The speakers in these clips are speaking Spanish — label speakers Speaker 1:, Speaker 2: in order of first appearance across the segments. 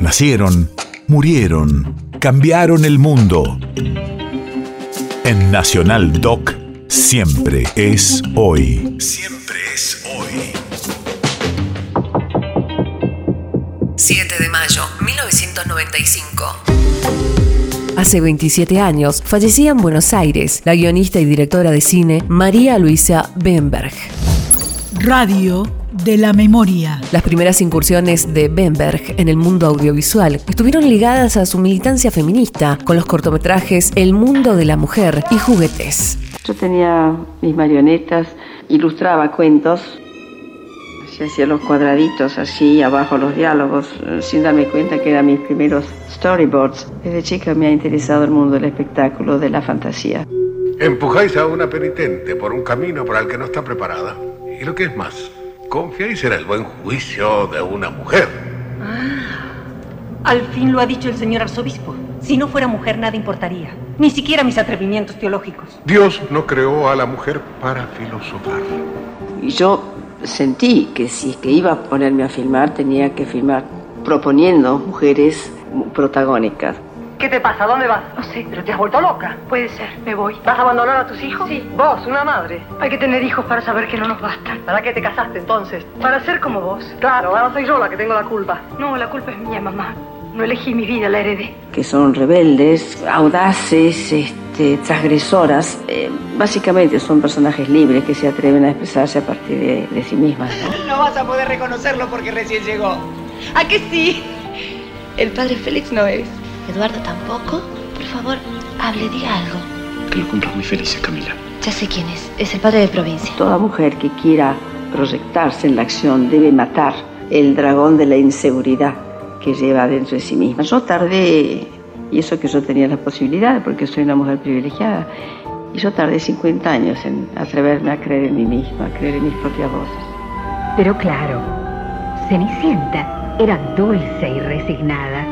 Speaker 1: Nacieron, murieron, cambiaron el mundo. En Nacional Doc, siempre es hoy. Siempre es hoy.
Speaker 2: 7 de mayo, 1995. Hace 27 años fallecía en Buenos Aires la guionista y directora de cine María Luisa Benberg.
Speaker 3: Radio de la memoria.
Speaker 2: Las primeras incursiones de Benberg en el mundo audiovisual estuvieron ligadas a su militancia feminista con los cortometrajes El mundo de la mujer y Juguetes.
Speaker 4: Yo tenía mis marionetas, ilustraba cuentos, se hacía los cuadraditos así, abajo los diálogos, eh, sin darme cuenta que eran mis primeros storyboards. Desde chica me ha interesado el mundo del espectáculo, de la fantasía.
Speaker 5: Empujáis a una penitente por un camino para el que no está preparada. Y lo que es más, confiáis en el buen juicio de una mujer.
Speaker 6: Ah, al fin lo ha dicho el señor arzobispo. Si no fuera mujer nada importaría, ni siquiera mis atrevimientos teológicos.
Speaker 5: Dios no creó a la mujer para filosofar.
Speaker 4: Y yo sentí que si es que iba a ponerme a filmar tenía que filmar proponiendo mujeres protagónicas.
Speaker 6: ¿Qué te pasa? ¿Dónde vas? No sé, pero te has vuelto loca.
Speaker 7: Puede ser, me voy.
Speaker 6: ¿Vas a abandonar a tus hijos?
Speaker 7: Sí.
Speaker 6: Vos, una madre.
Speaker 7: Hay que tener hijos para saber que no nos bastan.
Speaker 6: ¿Para qué te casaste entonces?
Speaker 7: Para ser como vos.
Speaker 6: Claro, ahora soy yo la que tengo la culpa.
Speaker 7: No, la culpa es mía, mamá. No elegí mi vida, la heredé.
Speaker 4: Que son rebeldes, audaces, este, transgresoras. Eh, básicamente son personajes libres que se atreven a expresarse a partir de, de sí mismas.
Speaker 8: ¿no? no vas a poder reconocerlo porque recién llegó. ¿A que sí?
Speaker 9: El padre Félix no es.
Speaker 10: Eduardo tampoco. Por favor, hable, diga algo.
Speaker 11: Que lo cumplas muy felices, Camila.
Speaker 10: Ya sé quién es. Es el padre de provincia.
Speaker 4: Toda mujer que quiera proyectarse en la acción debe matar el dragón de la inseguridad que lleva dentro de sí misma. Yo tardé, y eso que yo tenía las posibilidades, porque soy una mujer privilegiada, y yo tardé 50 años en atreverme a creer en mí misma, a creer en mis propias voces.
Speaker 12: Pero claro, Cenicienta era dulce y resignada,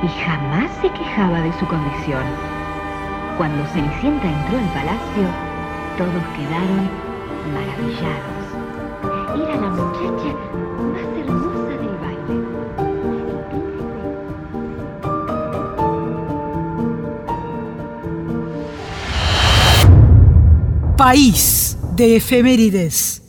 Speaker 12: y jamás se quejaba de su condición. Cuando Cenicienta entró al palacio, todos quedaron maravillados. Era la muchacha más hermosa.
Speaker 3: país de efemérides.